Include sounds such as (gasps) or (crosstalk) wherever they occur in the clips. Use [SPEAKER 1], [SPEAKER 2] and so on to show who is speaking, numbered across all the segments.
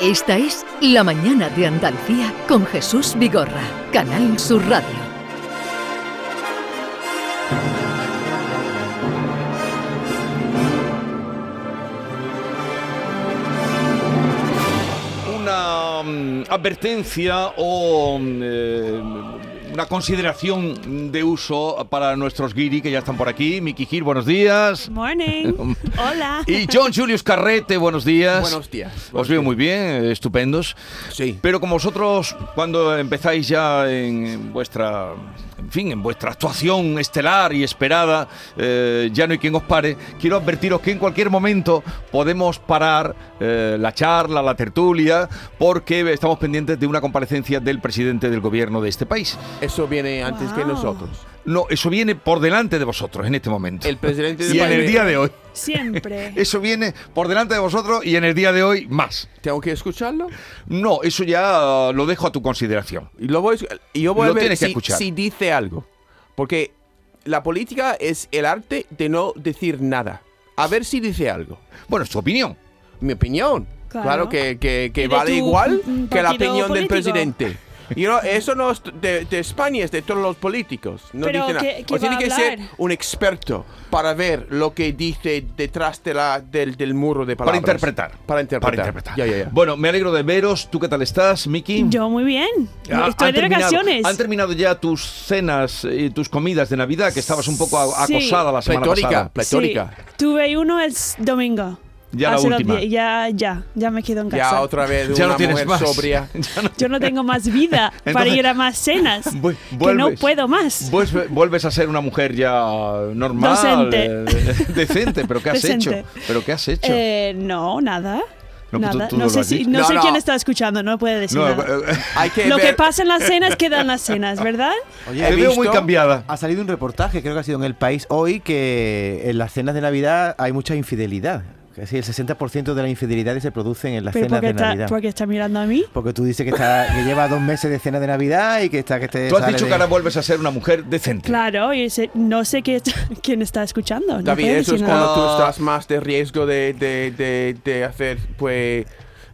[SPEAKER 1] Esta es La Mañana de Andalucía con Jesús Vigorra, Canal Sur Radio.
[SPEAKER 2] Una mm, advertencia o mm, eh, una consideración de uso para nuestros guiri que ya están por aquí. Miki Gil, buenos días. (laughs)
[SPEAKER 3] Morning. Hola.
[SPEAKER 2] Y John Julius Carrete, buenos días.
[SPEAKER 4] Buenos días.
[SPEAKER 2] Os veo muy bien, eh, estupendos.
[SPEAKER 4] Sí.
[SPEAKER 2] Pero como vosotros, cuando empezáis ya en, en vuestra, en fin, en vuestra actuación estelar y esperada, eh, ya no hay quien os pare, quiero advertiros que en cualquier momento podemos parar eh, la charla, la tertulia, porque estamos pendientes de una comparecencia del presidente del gobierno de este país.
[SPEAKER 4] Eso viene antes que
[SPEAKER 3] Wow.
[SPEAKER 4] nosotros.
[SPEAKER 2] No, eso viene por delante de vosotros en este momento.
[SPEAKER 4] El presidente
[SPEAKER 2] y en el día de hoy.
[SPEAKER 3] Siempre.
[SPEAKER 2] (laughs) Eso viene por delante de vosotros y en el día de hoy más.
[SPEAKER 4] ¿Tengo que escucharlo?
[SPEAKER 2] No, eso ya eh, lo dejo a tu consideración.
[SPEAKER 4] Y, lo voy, a- y yo voy
[SPEAKER 2] Lo
[SPEAKER 4] a ver
[SPEAKER 2] tienes que
[SPEAKER 4] si,
[SPEAKER 2] escuchar.
[SPEAKER 4] si dice algo. Porque la política es el arte de no decir nada. A ver si dice algo.
[SPEAKER 2] Bueno, es tu opinión.
[SPEAKER 4] Mi opinión.
[SPEAKER 3] Claro.
[SPEAKER 4] Claro, que, que- que
[SPEAKER 3] ¿Y de
[SPEAKER 4] vale
[SPEAKER 3] tu
[SPEAKER 4] igual
[SPEAKER 3] mm,
[SPEAKER 4] que la
[SPEAKER 3] partido
[SPEAKER 4] opinión del
[SPEAKER 3] político?
[SPEAKER 4] presidente. Y no, eso no es de, de España, es de todos los políticos. No
[SPEAKER 3] Pero,
[SPEAKER 4] dice nada.
[SPEAKER 3] ¿qué- qué
[SPEAKER 4] o tiene
[SPEAKER 3] va a
[SPEAKER 4] que ser
[SPEAKER 3] hablar?
[SPEAKER 4] un experto para ver lo que dice detrás de la, del, del muro de
[SPEAKER 2] Para
[SPEAKER 4] palabras.
[SPEAKER 2] interpretar.
[SPEAKER 4] Para interpretar.
[SPEAKER 2] Para interpretar.
[SPEAKER 4] Ya, ya, ya.
[SPEAKER 2] Bueno, me alegro de veros. ¿Tú qué tal estás, Miki?
[SPEAKER 3] Yo muy bien.
[SPEAKER 2] Ah,
[SPEAKER 3] Estoy
[SPEAKER 2] han
[SPEAKER 3] de
[SPEAKER 2] terminado-
[SPEAKER 3] vacaciones.
[SPEAKER 2] Han terminado ya tus cenas y tus comidas de Navidad, que estabas un poco a-
[SPEAKER 3] Sí.
[SPEAKER 2] acosada la semana
[SPEAKER 4] Pletórica,
[SPEAKER 2] pasada.
[SPEAKER 4] pla- Pletórica.
[SPEAKER 3] Sí, tuve uno el s- domingo.
[SPEAKER 2] Ya la
[SPEAKER 3] Hace dos
[SPEAKER 2] última.
[SPEAKER 3] días. Ya, ya, ya me quedo en casa.
[SPEAKER 4] Ya otra vez
[SPEAKER 2] Ya
[SPEAKER 4] una
[SPEAKER 2] no tienes
[SPEAKER 4] mujer
[SPEAKER 2] más.
[SPEAKER 4] sobria.
[SPEAKER 2] (laughs) Ya no-
[SPEAKER 3] Yo no tengo más vida para
[SPEAKER 2] (laughs) Entonces-
[SPEAKER 3] ir a
[SPEAKER 2] (laughs)
[SPEAKER 3] más cenas.
[SPEAKER 2] Vu-
[SPEAKER 3] que no
[SPEAKER 2] vuelves.
[SPEAKER 3] puedo más.
[SPEAKER 2] Vuelves, vuelves a ser una mujer ya normal,
[SPEAKER 3] Docente.
[SPEAKER 2] eh, (laughs) decente, pero ¿qué has
[SPEAKER 3] Decente.
[SPEAKER 2] hecho? ¿Pero qué has hecho?
[SPEAKER 3] Eh, no, nada.
[SPEAKER 2] No, pero tú-
[SPEAKER 3] Nada.
[SPEAKER 2] tú
[SPEAKER 3] no
[SPEAKER 2] no lo
[SPEAKER 3] sé,
[SPEAKER 2] has
[SPEAKER 3] si-
[SPEAKER 2] dicho.
[SPEAKER 3] no
[SPEAKER 4] No,
[SPEAKER 3] sé
[SPEAKER 4] no.
[SPEAKER 3] quién está escuchando, no puede decir
[SPEAKER 2] No,
[SPEAKER 3] nada.
[SPEAKER 2] eh,
[SPEAKER 4] Hay que
[SPEAKER 3] Lo que
[SPEAKER 4] ver-
[SPEAKER 3] pasa en las cenas queda en las
[SPEAKER 2] (laughs)
[SPEAKER 3] cenas, ¿verdad?
[SPEAKER 2] te veo muy cambiada.
[SPEAKER 5] Ha salido un reportaje, creo que ha sido en El País hoy, que en las cenas de Navidad hay mucha infidelidad. Casi el 60% de las infidelidades se producen en las
[SPEAKER 3] Pero
[SPEAKER 5] cenas
[SPEAKER 3] porque
[SPEAKER 5] de
[SPEAKER 3] está,
[SPEAKER 5] Navidad.
[SPEAKER 3] porque está mirando a mí.
[SPEAKER 5] Porque tú dices que, está, que lleva dos meses de cena de Navidad y que está que te
[SPEAKER 2] Tú has
[SPEAKER 5] sale
[SPEAKER 2] dicho
[SPEAKER 5] de-
[SPEAKER 2] que ahora vuelves a ser una mujer decente.
[SPEAKER 3] Claro, y se- no sé qué- (laughs) quién está escuchando. no
[SPEAKER 4] David,
[SPEAKER 3] puede
[SPEAKER 4] eso
[SPEAKER 3] decir
[SPEAKER 4] es
[SPEAKER 3] nada.
[SPEAKER 4] cuando tú
[SPEAKER 2] nada.
[SPEAKER 4] estás más de riesgo de, de- de- de hacer, pues,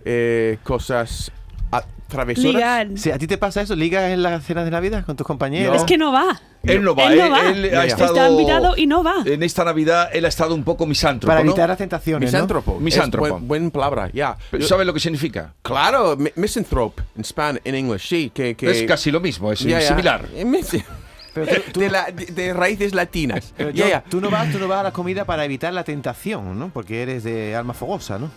[SPEAKER 4] eh, cosas a- travesuras.
[SPEAKER 3] Ligar.
[SPEAKER 5] Sí, ¿A ti te pasa eso? ¿Ligas en las cenas de Navidad con tus compañeros?
[SPEAKER 4] No.
[SPEAKER 3] Es que no va.
[SPEAKER 2] Él no va,
[SPEAKER 3] Él
[SPEAKER 2] él,
[SPEAKER 3] no va.
[SPEAKER 2] él ha
[SPEAKER 4] Ya, ya.
[SPEAKER 2] estado.
[SPEAKER 3] Está invitado y no va.
[SPEAKER 2] En esta Navidad él ha estado un poco misántropo.
[SPEAKER 5] Para
[SPEAKER 2] ¿no?
[SPEAKER 5] evitar las tentaciones, ¿no?
[SPEAKER 4] Misántropo. Es
[SPEAKER 2] Misántropo.
[SPEAKER 4] buen- buen palabra, ya.
[SPEAKER 2] Pero
[SPEAKER 4] Yo-
[SPEAKER 2] ¿Sabes lo que significa?
[SPEAKER 4] Claro, mi- misanthrope, en Spanish, en English, sí. Que, que-
[SPEAKER 2] Es casi lo mismo, es
[SPEAKER 4] Ya, ya.
[SPEAKER 2] similar.
[SPEAKER 4] Eh, mis-
[SPEAKER 5] Pero tú-
[SPEAKER 2] (laughs)
[SPEAKER 4] (laughs)
[SPEAKER 5] tú-
[SPEAKER 4] de, la- de- de raíces latinas.
[SPEAKER 5] pero
[SPEAKER 4] Ya,
[SPEAKER 5] yo-
[SPEAKER 4] ya.
[SPEAKER 5] Tú, no vas, tú no vas a la comida para evitar la tentación, ¿no? Porque eres de alma fogosa, ¿no?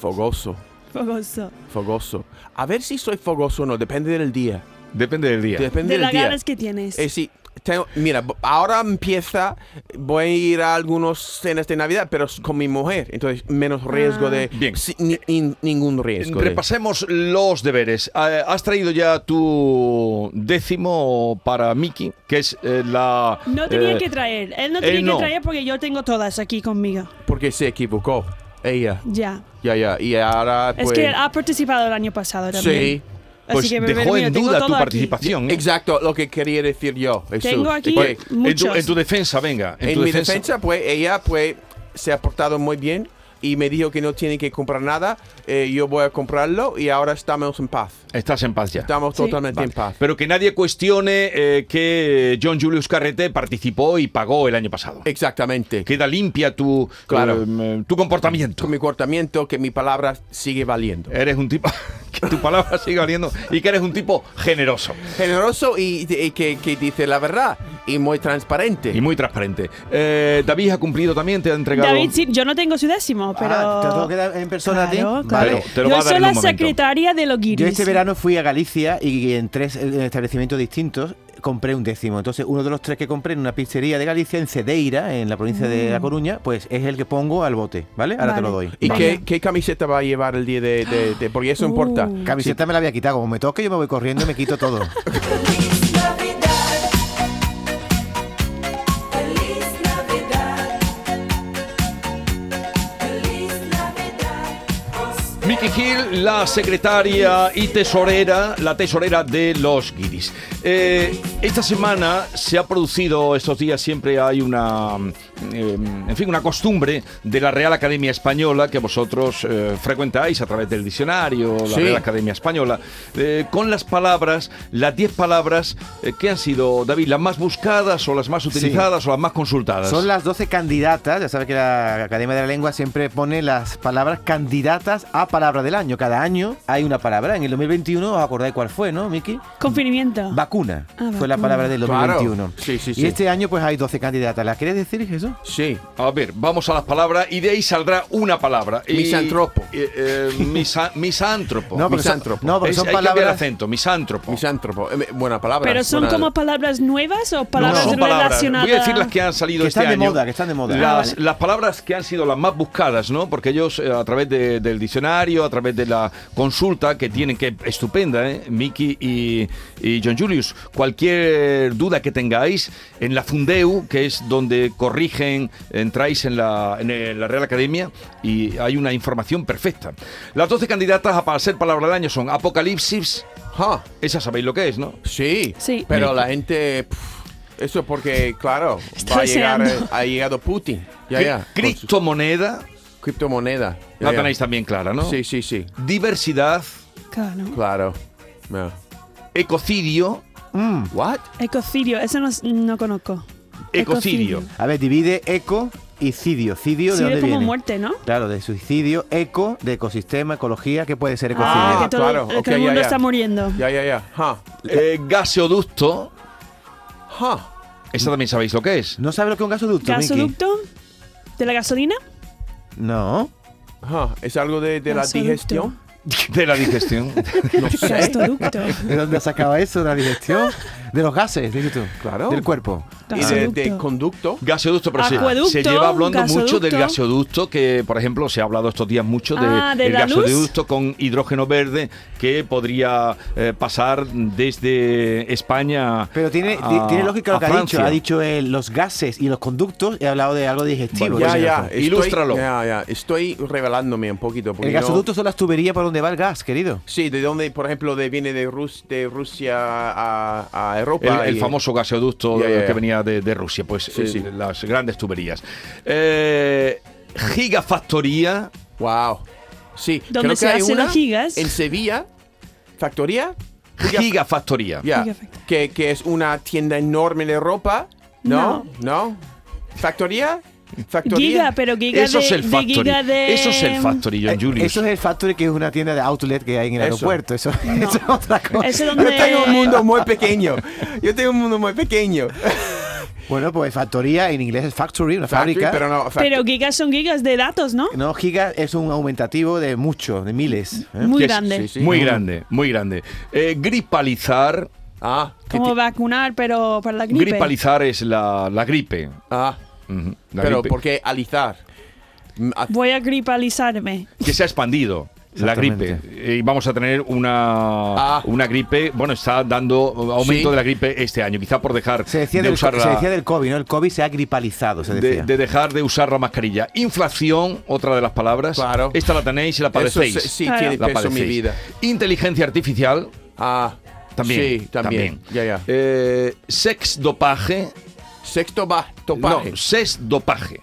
[SPEAKER 4] Fogoso,
[SPEAKER 3] (laughs) Fogoso.
[SPEAKER 4] fogoso. A ver si soy fogoso o no, depende del día.
[SPEAKER 2] Depende del día.
[SPEAKER 4] Depende
[SPEAKER 3] De
[SPEAKER 4] del
[SPEAKER 3] las
[SPEAKER 4] día.
[SPEAKER 3] ganas que tienes.
[SPEAKER 4] Eh, sí, tengo- mira, bo- ahora empieza, voy a ir a algunos cenas de Navidad, pero s- con mi mujer, entonces menos
[SPEAKER 3] Ah.
[SPEAKER 4] riesgo de...
[SPEAKER 2] Bien.
[SPEAKER 4] si- ni- ni- ningún riesgo. de-
[SPEAKER 2] Repasemos los deberes. Eh, Has traído ya tu décimo para Miki, que es eh, la.
[SPEAKER 3] no tenía
[SPEAKER 2] eh,
[SPEAKER 3] que traer. Él no
[SPEAKER 2] él
[SPEAKER 3] tenía
[SPEAKER 2] no.
[SPEAKER 3] que traer porque yo tengo todas aquí conmigo.
[SPEAKER 4] porque se equivocó. Ella.
[SPEAKER 3] Ya.
[SPEAKER 4] Ya, ya. Y ahora... Pues,
[SPEAKER 3] es que él ha participado el año pasado
[SPEAKER 4] Sí.
[SPEAKER 3] también. Así
[SPEAKER 2] Pues
[SPEAKER 3] que, bebé
[SPEAKER 2] dejó
[SPEAKER 3] mío,
[SPEAKER 2] en
[SPEAKER 3] tengo
[SPEAKER 2] duda tu
[SPEAKER 3] todo aquí.
[SPEAKER 2] participación. ¿eh?
[SPEAKER 4] Exacto, lo que quería decir yo. Jesús.
[SPEAKER 3] Tengo aquí
[SPEAKER 4] Que
[SPEAKER 2] En tu,
[SPEAKER 3] muchos.
[SPEAKER 2] en tu defensa, venga. En,
[SPEAKER 4] en
[SPEAKER 2] tu
[SPEAKER 4] mi defensa, pues ella pues se ha portado muy bien y me dijo que no tiene que comprar nada. eh, yo voy a comprarlo y ahora estamos en paz.
[SPEAKER 2] Estás en paz ya.
[SPEAKER 4] Estamos
[SPEAKER 3] Sí.
[SPEAKER 4] totalmente en paz.
[SPEAKER 2] Pero que nadie cuestione eh, que John Julius Carrete participó y pagó el año pasado.
[SPEAKER 4] Exactamente.
[SPEAKER 2] Queda limpia tu,
[SPEAKER 4] Claro.
[SPEAKER 2] em, tu comportamiento.
[SPEAKER 4] con mi cortamiento que mi palabra sigue valiendo.
[SPEAKER 2] Eres un tipo. (laughs) que tu palabra sigue valiendo y que eres un tipo generoso
[SPEAKER 4] Generoso y, y que, que dice la verdad y muy transparente.
[SPEAKER 2] y muy transparente. Eh, David ha cumplido también, te ha entregado.
[SPEAKER 3] David, sí, yo no tengo su décimo, pero.
[SPEAKER 5] Ah, ¿te lo tengo que dar en persona a ti?
[SPEAKER 3] Claro,
[SPEAKER 5] Vale.
[SPEAKER 3] claro.
[SPEAKER 2] Pero te lo
[SPEAKER 3] yo
[SPEAKER 2] va a dar
[SPEAKER 3] soy
[SPEAKER 2] en
[SPEAKER 3] la
[SPEAKER 2] un momento.
[SPEAKER 3] secretaria de los guiris.
[SPEAKER 5] Yo este verano fui a Galicia y en tres eh, establecimientos distintos compré un décimo. Entonces, uno de los tres que compré en una pizzería de Galicia, en Cedeira, en la provincia de
[SPEAKER 4] Mm.
[SPEAKER 5] La Coruña, pues es el que pongo al bote, ¿vale? Ahora te lo
[SPEAKER 3] Vale.
[SPEAKER 5] doy.
[SPEAKER 4] ¿Y
[SPEAKER 3] Venga.
[SPEAKER 4] qué, qué camiseta va a llevar el día de...? de- de- porque eso
[SPEAKER 3] Uh.
[SPEAKER 4] importa.
[SPEAKER 5] Camiseta me la había quitado, como me toque yo me voy corriendo y me
[SPEAKER 4] (laughs)
[SPEAKER 5] quito todo.
[SPEAKER 6] Feliz Navidad, feliz Navidad, feliz Navidad.
[SPEAKER 2] Mickey Hill, la secretaria y tesorera, la tesorera de los guiris. Eh, esta semana se ha producido, estos días siempre hay una, eh, en fin, una costumbre de la Real Academia Española que vosotros eh, frecuentáis a través del diccionario, la
[SPEAKER 4] Sí.
[SPEAKER 2] Real Academia Española, eh, con las palabras, las 10 palabras eh, que han sido, David, las más buscadas o las más utilizadas o las más consultadas.
[SPEAKER 5] Son las 12 candidatas, ya sabes que la Academia de la Lengua siempre pone las palabras candidatas a palabra del año. Cada año hay una palabra. En el 2021, ¿os acordáis cuál fue, no, Miki?
[SPEAKER 3] Confinamiento.
[SPEAKER 5] Vacuna.
[SPEAKER 3] Ah,
[SPEAKER 5] fue la
[SPEAKER 3] vacuna.
[SPEAKER 5] palabra del
[SPEAKER 4] Ah. Claro.
[SPEAKER 5] 2021.
[SPEAKER 4] Sí, sí,
[SPEAKER 5] Y
[SPEAKER 4] sí.
[SPEAKER 5] este año pues hay 12 candidatas. ¿Las quieres decir, Jesús?
[SPEAKER 4] Sí.
[SPEAKER 2] A ver, vamos a las palabras y de ahí saldrá una palabra. Y-
[SPEAKER 4] Misántropo.
[SPEAKER 2] eh, eh, misa- (laughs) misántropo.
[SPEAKER 5] No, pero son-
[SPEAKER 4] Misántropo.
[SPEAKER 5] no, porque
[SPEAKER 2] Es-
[SPEAKER 5] son
[SPEAKER 2] hay que cambiar el
[SPEAKER 5] palabras...
[SPEAKER 2] acento, misántropo.
[SPEAKER 4] Misántropo. Eh, buena palabra.
[SPEAKER 3] Pero son
[SPEAKER 4] buena-
[SPEAKER 3] como palabras nuevas o
[SPEAKER 2] No,
[SPEAKER 3] palabras
[SPEAKER 2] son palabras.
[SPEAKER 3] relacionadas.
[SPEAKER 2] Voy a decir las que han salido
[SPEAKER 5] Que
[SPEAKER 2] este
[SPEAKER 5] están de
[SPEAKER 2] año.
[SPEAKER 5] moda, que están de moda.
[SPEAKER 2] Las,
[SPEAKER 3] Ah,
[SPEAKER 2] las palabras que han sido las más buscadas, ¿no? Porque ellos, eh, a través de- del diccionario, a través de la consulta que tienen, que estupenda, ¿eh? Miki y, y John Julius. Cualquier duda que tengáis, en la Fundeu, que es donde corrigen, entráis en la, en el- la Real Academia y hay una información perfecta. Las 12 candidatas a pa- ser palabra del año son Apocalipsis,
[SPEAKER 4] Ja,
[SPEAKER 2] esa sabéis lo que es, ¿no?
[SPEAKER 4] Sí.
[SPEAKER 3] Sí.
[SPEAKER 4] Pero la gente. pff, eso es porque,
[SPEAKER 3] (laughs)
[SPEAKER 4] claro,
[SPEAKER 3] Está
[SPEAKER 4] va a llegar,
[SPEAKER 3] deseando.
[SPEAKER 4] eh, ha llegado Putin. Ya,
[SPEAKER 2] Cri-
[SPEAKER 4] ya. Con su-
[SPEAKER 2] Criptomoneda,
[SPEAKER 4] Criptomoneda. Ya,
[SPEAKER 2] la
[SPEAKER 4] ya.
[SPEAKER 2] tenéis también clara, ¿no?
[SPEAKER 4] Sí, sí, sí.
[SPEAKER 2] diversidad,
[SPEAKER 3] Claro.
[SPEAKER 4] Claro. Ya.
[SPEAKER 2] ecocidio,
[SPEAKER 5] Mm.
[SPEAKER 4] What?
[SPEAKER 3] Ecocidio, eso no, no conozco.
[SPEAKER 2] ecocidio.
[SPEAKER 5] A ver, divide eco y cidio. ¿Cidio de
[SPEAKER 3] Sí,
[SPEAKER 5] dónde
[SPEAKER 3] es como
[SPEAKER 5] viene?
[SPEAKER 3] muerte, ¿no?
[SPEAKER 5] Claro, de suicidio, eco, de ecosistema, ecología, ¿qué puede ser ecocidio?
[SPEAKER 3] Ah,
[SPEAKER 4] Ah,
[SPEAKER 3] que todo,
[SPEAKER 4] claro,
[SPEAKER 3] que
[SPEAKER 4] ok,
[SPEAKER 3] todo el
[SPEAKER 4] ya,
[SPEAKER 3] mundo
[SPEAKER 4] ya.
[SPEAKER 3] está muriendo.
[SPEAKER 4] Ya, ya, ya. Ja.
[SPEAKER 2] Eh, gaseoducto,
[SPEAKER 4] Ja.
[SPEAKER 2] esa también sabéis lo que es.
[SPEAKER 5] ¿No sabes lo que es un gasoducto, Miki?
[SPEAKER 3] Gasoducto de la gasolina.
[SPEAKER 5] No.
[SPEAKER 4] Ja. ¿Es algo de, de la
[SPEAKER 3] Gasoducto.
[SPEAKER 4] digestión?
[SPEAKER 2] (laughs) De la (laughs) digestión.
[SPEAKER 4] No sé.
[SPEAKER 3] Gasoducto.
[SPEAKER 5] ¿De dónde has sacado eso? ¿De la digestión? De los gases, dices tú.
[SPEAKER 4] Claro.
[SPEAKER 5] Del cuerpo.
[SPEAKER 4] Y de,
[SPEAKER 3] Gasoducto.
[SPEAKER 4] de conducto.
[SPEAKER 2] Gaseoducto, pero se-
[SPEAKER 3] Acueducto,
[SPEAKER 2] se lleva hablando mucho del
[SPEAKER 3] gasoducto.
[SPEAKER 2] gaseoducto, que por ejemplo se ha hablado estos días mucho de,
[SPEAKER 3] Ah, ¿de
[SPEAKER 2] el
[SPEAKER 3] la luz?
[SPEAKER 2] gasoducto con hidrógeno verde que podría eh, pasar desde España.
[SPEAKER 5] Pero tiene,
[SPEAKER 2] a-
[SPEAKER 5] ti- tiene lógica
[SPEAKER 2] Ah, a
[SPEAKER 5] lo que ha
[SPEAKER 2] Francia.
[SPEAKER 5] dicho. Ha dicho eh, los gases y los conductos. He hablado de algo digestivo.
[SPEAKER 2] Bueno,
[SPEAKER 5] por
[SPEAKER 4] Ya, ya.
[SPEAKER 5] ejemplo.
[SPEAKER 4] estoy-
[SPEAKER 2] Ilústralo.
[SPEAKER 4] Ya, ya. Estoy revelándome un poquito.
[SPEAKER 2] Pues
[SPEAKER 4] porque
[SPEAKER 5] El
[SPEAKER 4] no-
[SPEAKER 5] gasoducto son las tuberías por donde va el gas, querido.
[SPEAKER 4] Sí, de donde, por ejemplo, de, viene de, Rus- de Rusia a, a
[SPEAKER 2] El,
[SPEAKER 4] Europa.
[SPEAKER 2] el
[SPEAKER 4] y-
[SPEAKER 2] famoso gaseoducto
[SPEAKER 4] Ya, ya, ya.
[SPEAKER 2] que venía de, de Rusia, pues
[SPEAKER 4] Sí,
[SPEAKER 2] eh,
[SPEAKER 4] sí.
[SPEAKER 2] las grandes tuberías. Eh, gigafactoría,
[SPEAKER 4] Wow. Sí.
[SPEAKER 3] Donde
[SPEAKER 4] creo que
[SPEAKER 3] se
[SPEAKER 4] hay
[SPEAKER 3] hacen
[SPEAKER 4] una
[SPEAKER 3] los gigas.
[SPEAKER 4] En Sevilla. Factoría.
[SPEAKER 2] gigafactoría.
[SPEAKER 4] Ya.
[SPEAKER 3] Gigafactoría.
[SPEAKER 4] Que, que es una tienda enorme de ropa. No. No. Factoría. Factoría.
[SPEAKER 3] Giga, pero giga
[SPEAKER 2] Eso
[SPEAKER 3] de,
[SPEAKER 2] es el
[SPEAKER 3] de
[SPEAKER 2] factory.
[SPEAKER 3] giga de... em,
[SPEAKER 2] Eso es el factory, John
[SPEAKER 5] Eh,
[SPEAKER 2] Julius.
[SPEAKER 5] Eso es el Factory, que es una tienda de outlet que hay en el
[SPEAKER 4] Eso.
[SPEAKER 5] aeropuerto. Eso, (laughs) eso es otra cosa.
[SPEAKER 3] Eso
[SPEAKER 4] Yo
[SPEAKER 3] donde...
[SPEAKER 4] tengo un mundo muy pequeño. Yo tengo un mundo muy pequeño.
[SPEAKER 5] Bueno, pues factoría en inglés es factory, una fábrica.
[SPEAKER 4] Factory, pero no. fact-
[SPEAKER 3] Pero gigas son gigas de datos, ¿no?
[SPEAKER 5] No, giga es un aumentativo de muchos, de miles. ¿eh?
[SPEAKER 3] Muy
[SPEAKER 2] Que es-
[SPEAKER 3] grande.
[SPEAKER 4] sí, sí.
[SPEAKER 2] muy grande, muy grande. Eh, gripalizar.
[SPEAKER 4] Ah. que
[SPEAKER 3] Como
[SPEAKER 4] ti-
[SPEAKER 3] vacunar, pero para la gripe.
[SPEAKER 2] Gripalizar es la, la gripe.
[SPEAKER 4] Ah.
[SPEAKER 2] Ujú, la
[SPEAKER 4] Pero
[SPEAKER 2] gripe.
[SPEAKER 4] ¿por qué alizar? Mm, a-
[SPEAKER 3] Voy a gripalizarme.
[SPEAKER 2] Que se ha expandido. La gripe.
[SPEAKER 5] Exactamente.
[SPEAKER 2] Y vamos a tener una,
[SPEAKER 4] Ah.
[SPEAKER 2] una gripe. Bueno, está dando aumento
[SPEAKER 4] Sí.
[SPEAKER 2] de la gripe este año. Quizá por dejar
[SPEAKER 5] Se decía,
[SPEAKER 2] de
[SPEAKER 5] del,
[SPEAKER 2] usar
[SPEAKER 5] se
[SPEAKER 2] la,
[SPEAKER 5] decía del COVID, ¿no? El COVID se ha gripalizado, se
[SPEAKER 2] de,
[SPEAKER 5] decía.
[SPEAKER 2] de dejar de usar la mascarilla. Inflación, otra de las palabras.
[SPEAKER 4] Claro.
[SPEAKER 2] Esta la tenéis y la
[SPEAKER 4] Eso
[SPEAKER 2] padecéis.
[SPEAKER 4] se- sí
[SPEAKER 3] Claro.
[SPEAKER 4] tiene
[SPEAKER 2] La
[SPEAKER 4] peso en mi
[SPEAKER 2] padecéis.
[SPEAKER 4] vida.
[SPEAKER 2] Inteligencia artificial.
[SPEAKER 4] Ah.
[SPEAKER 2] También.
[SPEAKER 4] Sí, también. Ya, ya.
[SPEAKER 2] Eh, sex dopaje.
[SPEAKER 4] Sexto va, topaje.
[SPEAKER 2] No, sex dopaje.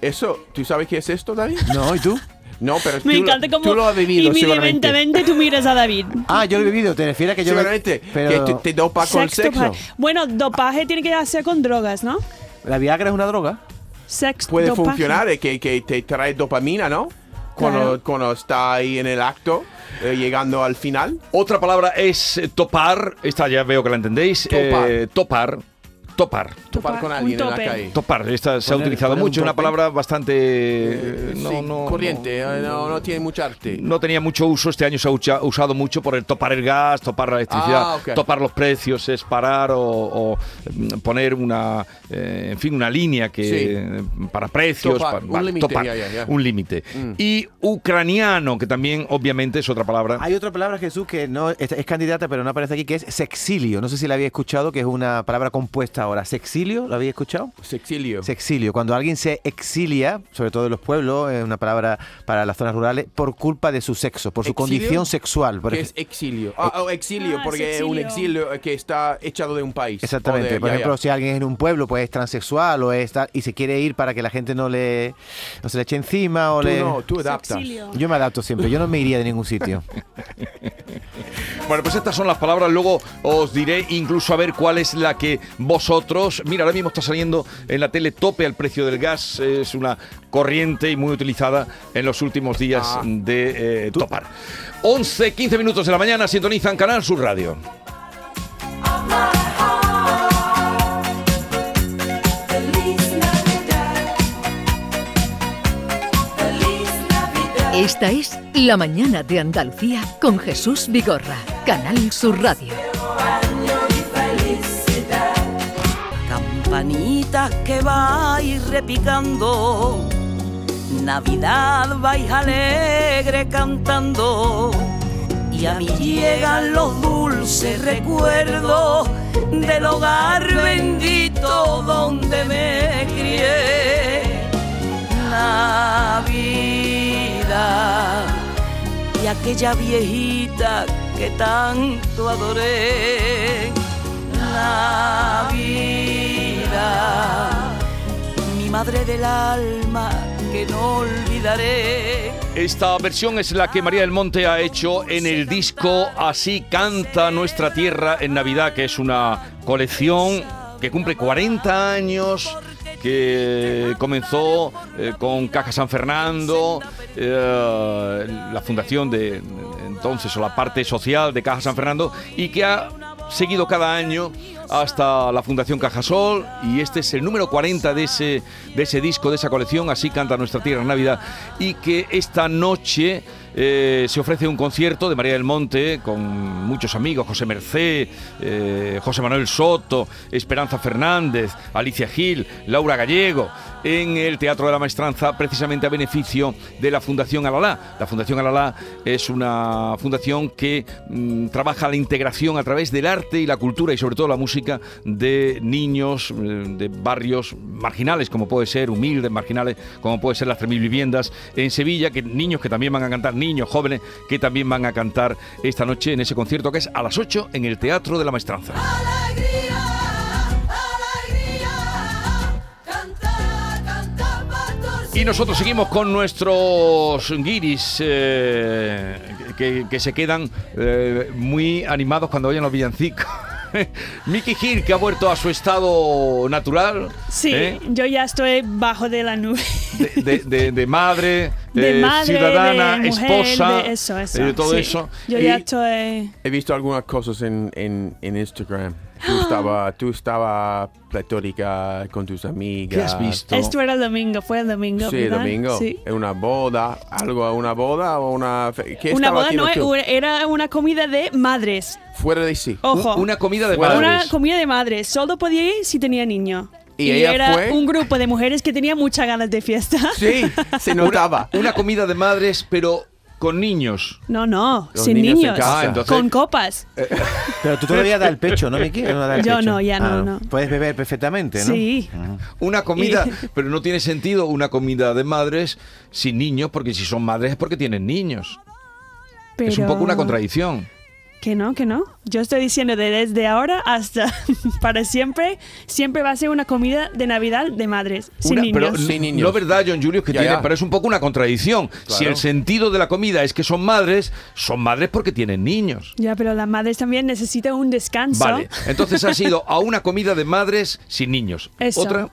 [SPEAKER 4] Eso, ¿tú sabes qué es esto, David?
[SPEAKER 5] No, ¿y tú?
[SPEAKER 4] No, pero
[SPEAKER 3] Me
[SPEAKER 4] tú, lo-
[SPEAKER 3] encanta como
[SPEAKER 4] tú lo has vivido seguramente.
[SPEAKER 3] inmediatamente tú miras a
[SPEAKER 4] (laughs)
[SPEAKER 3] David.
[SPEAKER 5] Ah, yo lo he vivido, te refieres a que yo...
[SPEAKER 4] Seguramente
[SPEAKER 5] Pero
[SPEAKER 4] que te, te dopa con
[SPEAKER 3] Sex
[SPEAKER 4] sexo.
[SPEAKER 3] dopaje. Bueno, dopaje tiene que hacer con drogas, ¿no?
[SPEAKER 5] la Viagra es una droga.
[SPEAKER 3] Sex
[SPEAKER 4] Puede
[SPEAKER 3] dopaje.
[SPEAKER 4] funcionar, eh, que, que te trae dopamina, ¿no? Cuando,
[SPEAKER 3] Claro.
[SPEAKER 4] cuando está ahí en el acto, eh, llegando al final.
[SPEAKER 2] Otra palabra es eh, topar. Esta ya veo que la entendéis.
[SPEAKER 4] Topar.
[SPEAKER 2] Eh, topar. Topar.
[SPEAKER 4] Topar con
[SPEAKER 3] un
[SPEAKER 4] alguien en la
[SPEAKER 3] tope.
[SPEAKER 4] calle.
[SPEAKER 2] Topar. Esta se ha
[SPEAKER 5] Poner-
[SPEAKER 2] utilizado
[SPEAKER 5] poner un
[SPEAKER 2] mucho. Una
[SPEAKER 5] tope.
[SPEAKER 2] palabra bastante. eh,
[SPEAKER 4] Eh,
[SPEAKER 2] no,
[SPEAKER 4] sí,
[SPEAKER 2] no,
[SPEAKER 4] corriente, eh, no, no tiene mucha arte.
[SPEAKER 2] No, no tenía mucho uso. Este año se ha ucha- usado mucho por el topar el gas, topar la electricidad,
[SPEAKER 4] Ah, ok.
[SPEAKER 2] topar los precios, es parar o, o, mm, poner una. eh, en fin, una línea que.
[SPEAKER 4] Sí.
[SPEAKER 2] eh, para precios.
[SPEAKER 4] Topar,
[SPEAKER 2] para-
[SPEAKER 4] un
[SPEAKER 2] vale,
[SPEAKER 4] límite,
[SPEAKER 2] topar,
[SPEAKER 4] ya, ya, ya.
[SPEAKER 2] Un límite.
[SPEAKER 4] Mm.
[SPEAKER 2] Y ucraniano, que también, obviamente, es otra palabra.
[SPEAKER 5] Hay otra palabra, Jesús, que no es, es candidata, pero no aparece aquí, que es sexilio. No sé si la había escuchado, que es una palabra compuesta pasa ahora? ¿Sexilio? ¿Lo habéis escuchado?
[SPEAKER 4] Sexilio.
[SPEAKER 5] Sexilio. Cuando alguien se exilia, sobre todo en los pueblos, es una palabra para las zonas rurales, por culpa de su sexo, por su
[SPEAKER 4] ¿Exilio?
[SPEAKER 5] condición sexual. por
[SPEAKER 4] que
[SPEAKER 5] ej-
[SPEAKER 4] es exilio. Ah, oh, exilio,
[SPEAKER 3] Ah,
[SPEAKER 4] porque es un
[SPEAKER 3] sexilio.
[SPEAKER 4] exilio que está echado de un país.
[SPEAKER 5] Exactamente.
[SPEAKER 4] O de-
[SPEAKER 5] por
[SPEAKER 4] ya,
[SPEAKER 5] ejemplo,
[SPEAKER 4] ya.
[SPEAKER 5] si alguien es en un pueblo, pues es transexual o es tal, y se quiere ir para que la gente no le no se le eche encima o
[SPEAKER 4] Tú
[SPEAKER 5] le.
[SPEAKER 4] no, tú adaptas.
[SPEAKER 3] Sexilio.
[SPEAKER 5] Yo me adapto siempre, yo no me iría de ningún sitio.
[SPEAKER 2] Bueno, pues estas son las palabras, luego os diré incluso a ver cuál es la que vosotros... Mira, ahora mismo está saliendo en la tele tope al precio del gas, es una corriente y muy utilizada en los últimos días
[SPEAKER 4] Ah.
[SPEAKER 2] de eh, topar. 11, 15 minutos de la mañana, sintonizan Canal Sur Radio.
[SPEAKER 6] Feliz Navidad. Feliz Navidad.
[SPEAKER 1] Esta es La Mañana de Andalucía con Jesús Vigorra, Canal Sur Radio.
[SPEAKER 6] Año y felicidad.
[SPEAKER 7] campanitas que vais repicando, Navidad vais alegre cantando, y a mí llegan los dulces recuerdos del hogar bendito donde me crié. Navidad y aquella viejita que tanto adoré. Navidad, mi madre del alma que no olvidaré.
[SPEAKER 2] Esta versión es la que María del Monte ha hecho en el disco Así canta nuestra tierra en Navidad, que es una colección que cumple 40 años, que comenzó eh, con Caja San Fernando, eh, la fundación de entonces o la parte social de Caja San Fernando y que ha seguido cada año hasta la Fundación Cajasol y este es el número 40 de ese, de ese disco, de esa colección, así canta Nuestra Tierra en Navidad y que esta noche eh, se ofrece un concierto de María del Monte con muchos amigos, José Mercé, eh, José Manuel Soto, Esperanza Fernández, Alicia Gil, Laura Gallego, en el Teatro de la Maestranza, precisamente a beneficio de la Fundación Alalá. La Fundación Alalá es una fundación que mm, trabaja la integración a través del arte y la cultura y sobre todo la música de niños mm, de barrios marginales, como puede ser humildes, marginales, como puede ser las 3.000 viviendas en Sevilla, que niños que también van a cantar, niños jóvenes que también van a cantar esta noche en ese concierto que es a las 8 en el Teatro de la Maestranza.
[SPEAKER 6] Alegría, alegría. Canta, canta, pastorcito.
[SPEAKER 2] Y nosotros seguimos con nuestros guiris eh, que, que se quedan eh, muy animados cuando oyen los villancicos. (laughs) Mickey Gil, que ha vuelto a su estado natural.
[SPEAKER 3] Sí,
[SPEAKER 2] ¿eh?
[SPEAKER 3] yo ya estoy bajo de la nube.
[SPEAKER 2] De, de- de- de madre,
[SPEAKER 3] (laughs) De
[SPEAKER 2] eh,
[SPEAKER 3] madre,
[SPEAKER 2] ciudadana,
[SPEAKER 3] de mujer,
[SPEAKER 2] esposa,
[SPEAKER 3] de eso, eso.
[SPEAKER 2] eh, de todo
[SPEAKER 3] sí.
[SPEAKER 2] eso.
[SPEAKER 3] Yo
[SPEAKER 2] Y-
[SPEAKER 3] ya estoy.
[SPEAKER 4] He visto algunas cosas en, en, en Instagram.
[SPEAKER 3] (gasps)
[SPEAKER 4] Tú estabas tú estaba pletórica con tus amigas.
[SPEAKER 2] ¿Qué has visto?
[SPEAKER 3] Esto era el domingo, fue el domingo.
[SPEAKER 4] Sí,
[SPEAKER 3] ¿verdad?
[SPEAKER 4] domingo.
[SPEAKER 3] Sí.
[SPEAKER 4] En una boda, algo, una boda o una. fe- ¿Qué
[SPEAKER 3] Una
[SPEAKER 4] estaba
[SPEAKER 3] boda
[SPEAKER 4] haciendo
[SPEAKER 3] no
[SPEAKER 4] tú?
[SPEAKER 3] era- era una comida de madres.
[SPEAKER 4] Fuera de sí.
[SPEAKER 2] Un-
[SPEAKER 3] Ojo.
[SPEAKER 2] Una comida de
[SPEAKER 4] Fuera-
[SPEAKER 2] padres.
[SPEAKER 3] Una comida de madre. Solo podía ir si tenía niño.
[SPEAKER 4] ¿Y ella
[SPEAKER 3] era
[SPEAKER 4] fue?
[SPEAKER 3] un grupo de mujeres que tenía muchas ganas de fiesta.
[SPEAKER 4] Sí,
[SPEAKER 3] (laughs)
[SPEAKER 4] se notaba.
[SPEAKER 2] Una comida de madres, pero con niños.
[SPEAKER 3] No, no,
[SPEAKER 4] Los
[SPEAKER 3] sin
[SPEAKER 4] niños en
[SPEAKER 3] niños.
[SPEAKER 4] casa.
[SPEAKER 2] Ah, entonces- eh,
[SPEAKER 3] Con copas.
[SPEAKER 5] Pero tú todavía das el pecho, ¿no, Miki? No das el
[SPEAKER 3] Yo
[SPEAKER 5] pecho. Ah,
[SPEAKER 3] no, ya no, no.
[SPEAKER 5] Puedes beber perfectamente, ¿no?
[SPEAKER 3] Sí.
[SPEAKER 2] Una
[SPEAKER 3] (laughs)
[SPEAKER 2] comida,
[SPEAKER 3] Y-
[SPEAKER 2] pero no tiene sentido una comida de madres sin niños, porque si son madres es porque tienen niños.
[SPEAKER 3] Pero...
[SPEAKER 2] Es un poco una contradicción.
[SPEAKER 3] Que no, que no. Yo estoy diciendo de desde ahora hasta (laughs) para siempre, siempre va a ser una comida de Navidad de madres, sin
[SPEAKER 2] Una-
[SPEAKER 3] niños.
[SPEAKER 2] Pero
[SPEAKER 4] Sin
[SPEAKER 2] n-
[SPEAKER 4] niños.
[SPEAKER 2] No verdad, John Julius, que
[SPEAKER 4] Ya,
[SPEAKER 2] tiene,
[SPEAKER 4] ya.
[SPEAKER 2] pero es un poco una contradicción. Si el sentido de la comida es que son madres, son madres porque tienen niños.
[SPEAKER 3] Ya, pero las madres también necesitan un descanso.
[SPEAKER 2] Vale, entonces has ido a una comida de madres sin niños.
[SPEAKER 3] Eso.
[SPEAKER 2] Otra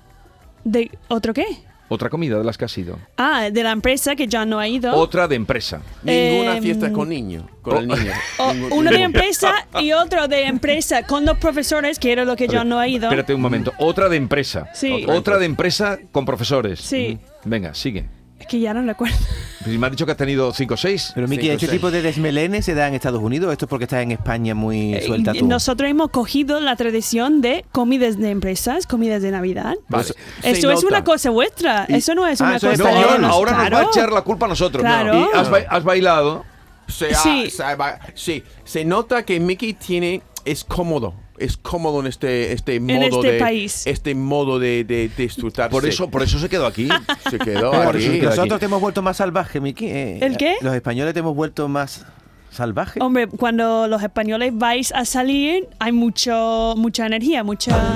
[SPEAKER 3] ¿De otro qué?
[SPEAKER 2] otra comida de las que has ido.
[SPEAKER 3] Ah, de la empresa que ya no ha ido.
[SPEAKER 2] Otra de empresa.
[SPEAKER 4] Ninguna
[SPEAKER 3] Em, oh,
[SPEAKER 4] fiesta con niños. Con
[SPEAKER 2] oh, (laughs)
[SPEAKER 4] el niño.
[SPEAKER 3] O-
[SPEAKER 4] Ningún-
[SPEAKER 3] uno de
[SPEAKER 4] ningún-
[SPEAKER 3] empresa y otro de empresa con los profesores, que era lo que yo no he ido.
[SPEAKER 2] Espérate un momento. Otra de empresa.
[SPEAKER 3] Sí.
[SPEAKER 2] Otra de empresa con profesores.
[SPEAKER 3] Sí.
[SPEAKER 2] Mm. Venga, sigue.
[SPEAKER 3] Es que ya no recuerdo.
[SPEAKER 2] Pues Me has dicho que has tenido 5 o 6.
[SPEAKER 5] Pero Miki,
[SPEAKER 4] Cinco,
[SPEAKER 5] ¿este
[SPEAKER 4] seis.
[SPEAKER 5] tipo de desmelenes se da en Estados Unidos? ¿Esto es porque estás en España muy suelta
[SPEAKER 3] Eh,
[SPEAKER 5] tú?
[SPEAKER 3] Nosotros hemos cogido la tradición de comidas de empresas, comidas de Navidad.
[SPEAKER 2] Vale.
[SPEAKER 4] Se-
[SPEAKER 3] Eso
[SPEAKER 4] se
[SPEAKER 3] es una
[SPEAKER 4] nota.
[SPEAKER 3] cosa vuestra. Eso no es
[SPEAKER 5] Ah,
[SPEAKER 3] una
[SPEAKER 5] eso
[SPEAKER 3] cosa
[SPEAKER 5] es
[SPEAKER 2] No,
[SPEAKER 5] español.
[SPEAKER 2] ahora,
[SPEAKER 3] de-
[SPEAKER 2] ahora nos va a
[SPEAKER 3] Claro.
[SPEAKER 2] echar la culpa a nosotros.
[SPEAKER 3] Claro.
[SPEAKER 2] Y has, ba- has bailado.
[SPEAKER 4] Se, ha-
[SPEAKER 3] Sí.
[SPEAKER 4] se ha- sí, se nota que Mickey tiene es cómodo. es cómodo en este, este modo
[SPEAKER 3] este
[SPEAKER 4] de
[SPEAKER 3] país.
[SPEAKER 4] este modo de, de, disfrutar.
[SPEAKER 2] Por eso, por eso se quedó
[SPEAKER 3] (laughs)
[SPEAKER 2] aquí.
[SPEAKER 4] se quedó
[SPEAKER 2] Por
[SPEAKER 4] aquí.
[SPEAKER 2] eso se quedó
[SPEAKER 5] Nosotros
[SPEAKER 2] aquí.
[SPEAKER 5] te hemos vuelto más salvaje, Miki. eh.
[SPEAKER 3] ¿El qué?
[SPEAKER 5] Los españoles te hemos vuelto más salvaje.
[SPEAKER 3] Hombre, cuando los españoles vais a salir, hay mucho, mucha energía, mucha,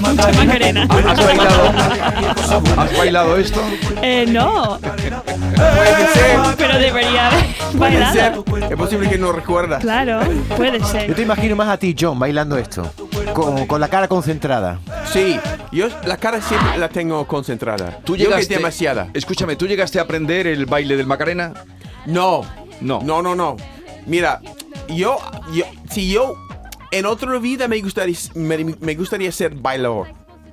[SPEAKER 3] mucha macarena.
[SPEAKER 2] ¿Has bailado, ¿Has bailado esto?
[SPEAKER 3] Eh, no,
[SPEAKER 4] Puede ser,
[SPEAKER 3] pero debería haber
[SPEAKER 4] (laughs) puede ser.
[SPEAKER 3] bailado.
[SPEAKER 4] Es posible que no recuerdas.
[SPEAKER 3] Claro, puede
[SPEAKER 5] Yo te
[SPEAKER 3] ser.
[SPEAKER 5] imagino más a ti, John, bailando esto. Con, con la cara concentrada.
[SPEAKER 4] Sí, yo la cara siempre la tengo concentrada.
[SPEAKER 2] Tú
[SPEAKER 4] yo que es
[SPEAKER 2] llegaste-
[SPEAKER 4] demasiada.
[SPEAKER 2] Escúchame, ¿tú llegaste a aprender el baile del Macarena?
[SPEAKER 4] No,
[SPEAKER 2] No.
[SPEAKER 4] no, no, no. Mira, yo, yo- si yo en otra vida me gustaría, me, me gustaría ser bailador.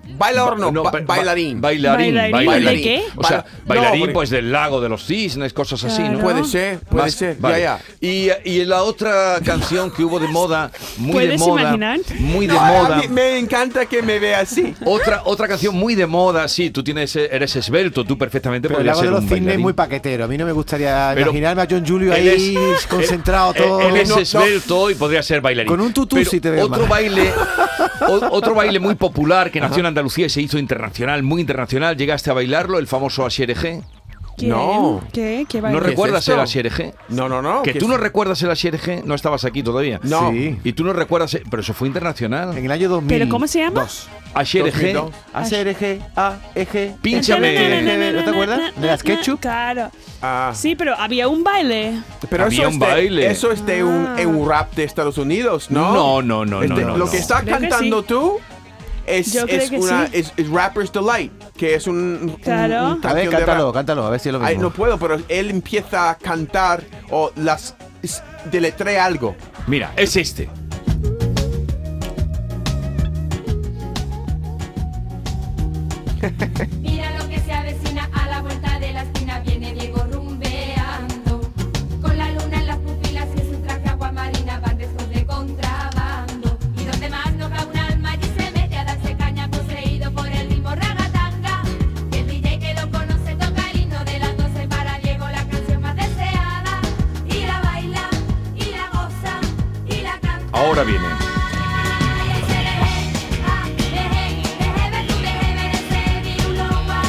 [SPEAKER 4] Bailador no, ba-
[SPEAKER 2] ba- ba-
[SPEAKER 4] bailarín.
[SPEAKER 2] Bailarín,
[SPEAKER 3] ¿Bailarín?
[SPEAKER 2] bailarín.
[SPEAKER 4] ¿De qué?
[SPEAKER 2] O sea,
[SPEAKER 4] Ba-
[SPEAKER 2] bailarín
[SPEAKER 4] no, porque-
[SPEAKER 2] pues del lago de los cisnes, cosas así, ¿no?
[SPEAKER 3] Claro.
[SPEAKER 4] puede ser, puede
[SPEAKER 2] Más-
[SPEAKER 4] ser.
[SPEAKER 2] vale.
[SPEAKER 4] Ya, ya.
[SPEAKER 2] Y, y la otra canción que hubo de moda, muy de
[SPEAKER 3] ¿Puedes
[SPEAKER 2] moda,
[SPEAKER 3] imaginar?
[SPEAKER 2] muy de
[SPEAKER 4] No,
[SPEAKER 2] moda.
[SPEAKER 4] a mí Me encanta que me vea así.
[SPEAKER 2] Otra, otra canción muy de moda, sí, tú tienes, eres esbelto, tú perfectamente
[SPEAKER 5] Pero el
[SPEAKER 2] podrías
[SPEAKER 5] lago de
[SPEAKER 2] ser
[SPEAKER 5] los
[SPEAKER 2] un
[SPEAKER 5] cisnes es
[SPEAKER 2] bailarín.
[SPEAKER 5] muy paquetero. A mí no me gustaría
[SPEAKER 2] Pero
[SPEAKER 5] imaginarme a John Julio
[SPEAKER 2] Él
[SPEAKER 5] ahí
[SPEAKER 2] es-
[SPEAKER 5] concentrado
[SPEAKER 2] él-
[SPEAKER 5] todo.
[SPEAKER 2] Él es
[SPEAKER 5] No, no.
[SPEAKER 2] esbelto y podría ser bailarín.
[SPEAKER 5] Con un tutú
[SPEAKER 2] Pero
[SPEAKER 5] sí te veo
[SPEAKER 2] Otro
[SPEAKER 5] más.
[SPEAKER 2] baile, o- otro baile muy popular que nació en Andalucía y se hizo internacional, muy internacional. Llegaste a bailarlo, el famoso Asierege.
[SPEAKER 3] ¿Quién?
[SPEAKER 4] No.
[SPEAKER 3] ¿Qué? ¿Qué
[SPEAKER 2] ¿No
[SPEAKER 3] baile?
[SPEAKER 4] es
[SPEAKER 2] recuerdas
[SPEAKER 4] esto?
[SPEAKER 2] el Asierege?
[SPEAKER 4] No, no, no.
[SPEAKER 2] Que tú
[SPEAKER 4] es-
[SPEAKER 2] no recuerdas el Asierege, no estabas aquí todavía.
[SPEAKER 4] No.
[SPEAKER 5] Sí.
[SPEAKER 2] Y tú no recuerdas, el- pero eso fue internacional.
[SPEAKER 5] En el año 2000.
[SPEAKER 3] ¿Pero cómo se llama?
[SPEAKER 2] Asierege,
[SPEAKER 4] 2002.
[SPEAKER 5] Hacer eje, A, E, eje.
[SPEAKER 2] pínchame.
[SPEAKER 5] E, ¿No te acuerdas?
[SPEAKER 3] (laughs)
[SPEAKER 5] ¿De las ketchup?
[SPEAKER 3] Claro.
[SPEAKER 4] Ah.
[SPEAKER 3] Sí, pero había un baile.
[SPEAKER 4] Pero
[SPEAKER 2] Había
[SPEAKER 4] eso,
[SPEAKER 2] un
[SPEAKER 4] es de,
[SPEAKER 2] baile.
[SPEAKER 4] eso es de
[SPEAKER 3] Ah.
[SPEAKER 4] un, es un rap de Estados Unidos, ¿no?
[SPEAKER 2] No, no, no,
[SPEAKER 4] Es
[SPEAKER 2] no,
[SPEAKER 4] de-
[SPEAKER 2] no,
[SPEAKER 4] Lo
[SPEAKER 2] no.
[SPEAKER 4] que estás
[SPEAKER 3] Creo que
[SPEAKER 4] cantando
[SPEAKER 3] sí.
[SPEAKER 4] tú es,
[SPEAKER 3] Yo creo
[SPEAKER 4] es
[SPEAKER 3] que
[SPEAKER 4] una
[SPEAKER 3] sí.
[SPEAKER 4] es, es Rapper's Delight, que es un, un-
[SPEAKER 3] Claro.
[SPEAKER 4] un
[SPEAKER 5] A
[SPEAKER 4] canción
[SPEAKER 5] ver,
[SPEAKER 4] de rap.
[SPEAKER 5] cántalo, cántalo, a ver si es lo mismo.
[SPEAKER 4] Ay, no puedo, pero él empieza a cantar o las s- deletrea algo.
[SPEAKER 2] Mira, es este.
[SPEAKER 8] Mira lo que se avecina a la vuelta de la esquina viene Diego rumbeando con la luna en las pupilas y en su traje aguamarina van restos de contrabando y donde más no va un alma allí se mete a darse caña poseído por el mismo ragatanga y el DJ que lo conoce toca el himno de las 12 para Diego la canción más deseada y la baila y la goza y la canta
[SPEAKER 2] Ahora viene.
[SPEAKER 8] Ah.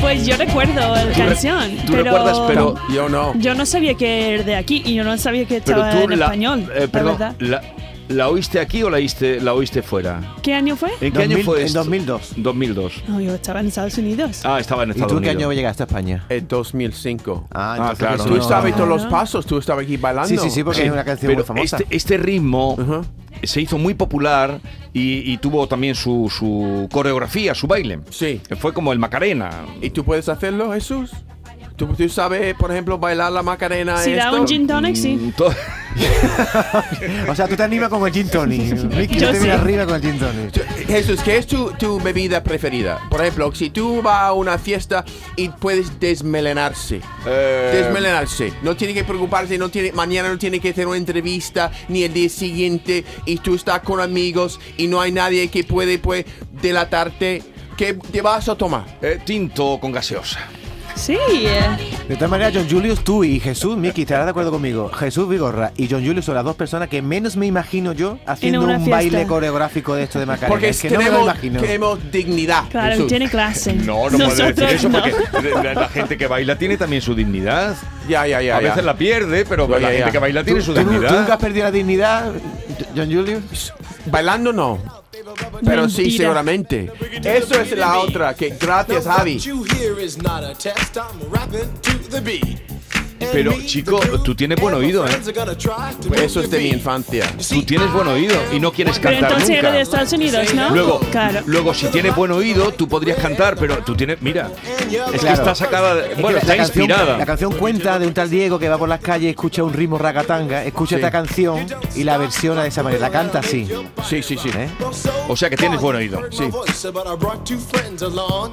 [SPEAKER 3] Pues yo recuerdo la canción.
[SPEAKER 2] Tú
[SPEAKER 3] pero
[SPEAKER 2] recuerdas, pero
[SPEAKER 4] Yo no.
[SPEAKER 3] Yo no sabía que era de aquí y yo no sabía que
[SPEAKER 2] Pero
[SPEAKER 3] estaba
[SPEAKER 2] tú
[SPEAKER 3] en
[SPEAKER 2] la,
[SPEAKER 3] español.
[SPEAKER 2] eh, perdón,
[SPEAKER 3] la verdad.
[SPEAKER 2] la, ¿la oíste aquí o la oíste, la oíste fuera?
[SPEAKER 3] ¿Qué año fue?
[SPEAKER 2] ¿En qué año
[SPEAKER 5] 2000,
[SPEAKER 2] fue
[SPEAKER 5] en
[SPEAKER 2] esto?
[SPEAKER 5] 2002.
[SPEAKER 2] 2002.
[SPEAKER 3] No, yo estaba en Estados Unidos.
[SPEAKER 2] Ah, estaba en
[SPEAKER 5] ¿Y
[SPEAKER 2] Estados
[SPEAKER 5] tú en qué
[SPEAKER 2] Unidos.
[SPEAKER 5] año llegaste
[SPEAKER 4] (laughs)
[SPEAKER 5] a España?
[SPEAKER 4] En 2005.
[SPEAKER 5] Ah,
[SPEAKER 2] claro.
[SPEAKER 5] eso
[SPEAKER 4] tú
[SPEAKER 5] no-
[SPEAKER 4] estabas
[SPEAKER 3] no.
[SPEAKER 4] todos los pasos, tú estabas aquí bailando.
[SPEAKER 5] Sí, sí, sí, porque
[SPEAKER 2] Sí,
[SPEAKER 5] es una canción
[SPEAKER 2] pero
[SPEAKER 5] muy famosa.
[SPEAKER 2] Este, este ritmo
[SPEAKER 4] Ujú.
[SPEAKER 2] se hizo muy popular y, y tuvo también su, su coreografía, su baile.
[SPEAKER 4] Sí.
[SPEAKER 2] Fue como el Macarena.
[SPEAKER 4] ¿Y tú puedes hacerlo, Jesús? ¿Tú, tú sabes, por ejemplo, bailar la macarena?
[SPEAKER 3] si da
[SPEAKER 4] esto?
[SPEAKER 3] un gin tonic, sí.
[SPEAKER 2] Mm, to- (laughs)
[SPEAKER 5] O sea, tú te animas con el gin tonic. (laughs) Mickey,
[SPEAKER 3] Yo
[SPEAKER 5] yo te
[SPEAKER 3] sí.
[SPEAKER 5] viene arriba con el gin tonic.
[SPEAKER 4] Jesús, ¿qué es tu, tu bebida preferida? Por ejemplo, si tú vas a una fiesta y puedes desmelenarse.
[SPEAKER 5] Eh.
[SPEAKER 2] Eh,
[SPEAKER 4] Desmelenarse. No tiene que preocuparse, no tiene, mañana no tiene que hacer una entrevista, ni el día siguiente, y tú estás con amigos y no hay nadie que puede pues, delatarte. ¿Qué te vas a tomar?
[SPEAKER 2] eh, tinto con gaseosa.
[SPEAKER 3] Sí. eh.
[SPEAKER 5] De todas maneras, John Julius, tú y Jesús, Miki, estarás de acuerdo conmigo. Jesús Vigorra y John Julius son las dos personas que menos me imagino yo haciendo
[SPEAKER 3] una
[SPEAKER 5] un
[SPEAKER 3] fiesta.
[SPEAKER 5] baile coreográfico de esto de Macarena.
[SPEAKER 4] Porque
[SPEAKER 5] es que no me lo
[SPEAKER 4] tenemos,
[SPEAKER 5] imagino.
[SPEAKER 4] tenemos dignidad.
[SPEAKER 3] Claro,
[SPEAKER 4] Jesús.
[SPEAKER 3] tiene clase.
[SPEAKER 2] (laughs) No, no puedo
[SPEAKER 3] Nosotros
[SPEAKER 2] decir eso
[SPEAKER 3] no.
[SPEAKER 2] porque la, la gente que baila tiene también su dignidad.
[SPEAKER 4] Ya, ya,
[SPEAKER 5] Ah,
[SPEAKER 4] ya.
[SPEAKER 2] a
[SPEAKER 4] ya.
[SPEAKER 2] veces la pierde, pero
[SPEAKER 4] Ya,
[SPEAKER 2] la
[SPEAKER 4] ya,
[SPEAKER 2] gente
[SPEAKER 4] ya.
[SPEAKER 2] que baila
[SPEAKER 5] ¿Tú,
[SPEAKER 2] tiene su
[SPEAKER 5] tú- tú
[SPEAKER 2] dignidad.
[SPEAKER 5] nunca has perdido la dignidad, John Julius?
[SPEAKER 4] Bailando no. Pero sí,
[SPEAKER 3] Mentira.
[SPEAKER 4] seguramente. Eso es la otra. Que gracias, Javi.
[SPEAKER 2] Pero, chico, tú tienes buen oído, ¿eh?
[SPEAKER 4] Pues eso es de mi infancia.
[SPEAKER 2] Tú tienes buen oído y no quieres
[SPEAKER 3] Pero
[SPEAKER 2] cantar
[SPEAKER 3] entonces
[SPEAKER 2] nunca.
[SPEAKER 3] era de Estados Unidos, ¿no?
[SPEAKER 2] Luego,
[SPEAKER 3] Claro.
[SPEAKER 2] luego, si tienes buen oído, tú podrías cantar, pero tú tienes. Mira, es que
[SPEAKER 5] Claro.
[SPEAKER 2] está sacada. de-
[SPEAKER 5] Es que
[SPEAKER 2] bueno,
[SPEAKER 5] la-
[SPEAKER 2] está
[SPEAKER 5] la canción-
[SPEAKER 2] inspirada.
[SPEAKER 5] la canción cuenta de un tal Diego que va por las calles, escucha un ritmo ragatanga, escucha
[SPEAKER 4] Sí.
[SPEAKER 5] esta canción y la versiona de esa manera, la canta así.
[SPEAKER 4] Sí, sí, sí.
[SPEAKER 5] ¿eh?
[SPEAKER 2] O sea que tienes buen oído.
[SPEAKER 9] Sí. But I brought two friends along.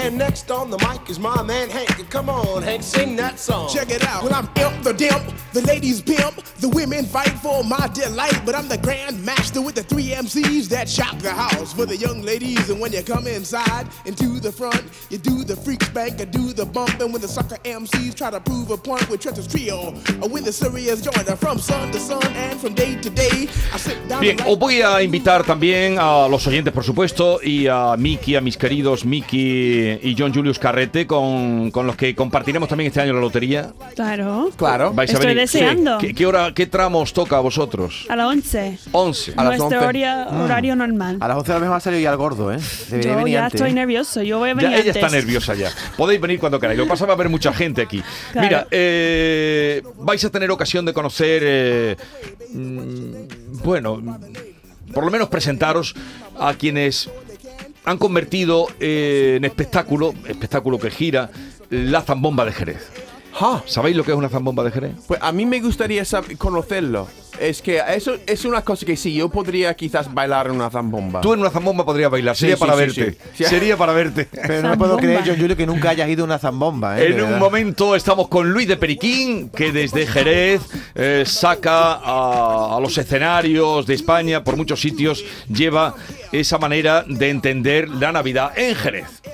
[SPEAKER 9] And next on the mic is my man Hank. Come on, Hank, sing that song.
[SPEAKER 10] Check it out. Well, I'm imp the dimp, the ladies pimp, the women fight for my delight. But I'm the grand master with the three MCs that shop the house for the young ladies. And when you come inside into the front, you do the freaks bank, you do the bump. And when the sucker MCs try to prove a point with Treacher's Trio, or when the serious joiner from sun to sun and from day to day, I sit down
[SPEAKER 2] Bien,
[SPEAKER 10] and
[SPEAKER 2] os voy a invitar también a los oyentes, por supuesto, y a Miki, a mis queridos Miki y John Julius Carrete, con, con los que compartiremos también este año la lotería.
[SPEAKER 3] Claro.
[SPEAKER 4] Claro.
[SPEAKER 2] Vais
[SPEAKER 3] Estoy
[SPEAKER 2] a venir.
[SPEAKER 3] deseando.
[SPEAKER 2] ¿Qué, qué hora, qué tramos toca a vosotros?
[SPEAKER 3] A las 11.
[SPEAKER 2] 11.
[SPEAKER 4] A las
[SPEAKER 3] Nuestro
[SPEAKER 4] 11.
[SPEAKER 3] horario,
[SPEAKER 2] Ah.
[SPEAKER 3] horario normal.
[SPEAKER 5] A las 11 de la vez me ha salido ya el gordo, ¿eh? Debería
[SPEAKER 3] Yo
[SPEAKER 5] venir
[SPEAKER 3] ya
[SPEAKER 5] antes,
[SPEAKER 3] estoy
[SPEAKER 5] ¿eh?
[SPEAKER 3] nervioso. Yo voy a venir
[SPEAKER 2] Ya, ella
[SPEAKER 3] antes.
[SPEAKER 2] está nerviosa ya. Podéis venir cuando queráis. Lo que pasa va a haber mucha gente aquí.
[SPEAKER 3] Claro.
[SPEAKER 2] Mira, eh, vais a tener ocasión de conocer, eh, mm, bueno, mm, por lo menos presentaros a quienes han convertido eh, en espectáculo, espectáculo que gira, la zambomba de Jerez.
[SPEAKER 4] Ja.
[SPEAKER 2] ¿Sabéis lo que es una zambomba de Jerez?
[SPEAKER 4] Pues a mí me gustaría sab- conocerlo. Es que eso es una cosa que sí, yo podría quizás bailar en una zambomba.
[SPEAKER 2] Tú en una zambomba podrías bailar, sería
[SPEAKER 4] Ah. sí,
[SPEAKER 2] para
[SPEAKER 4] sí,
[SPEAKER 2] verte.
[SPEAKER 4] sí. Sí.
[SPEAKER 2] Sería para
[SPEAKER 4] (laughs)
[SPEAKER 2] verte.
[SPEAKER 5] Pero no me puedo
[SPEAKER 3] Zambomba.
[SPEAKER 5] creer, John Julio, que nunca hayas ido a una zambomba, ¿eh? De
[SPEAKER 2] En un
[SPEAKER 5] verdad.
[SPEAKER 2] momento estamos con Luis de Periquín, que desde Jerez eh, saca a, a los escenarios de España, por muchos sitios, lleva esa manera de entender la Navidad en Jerez.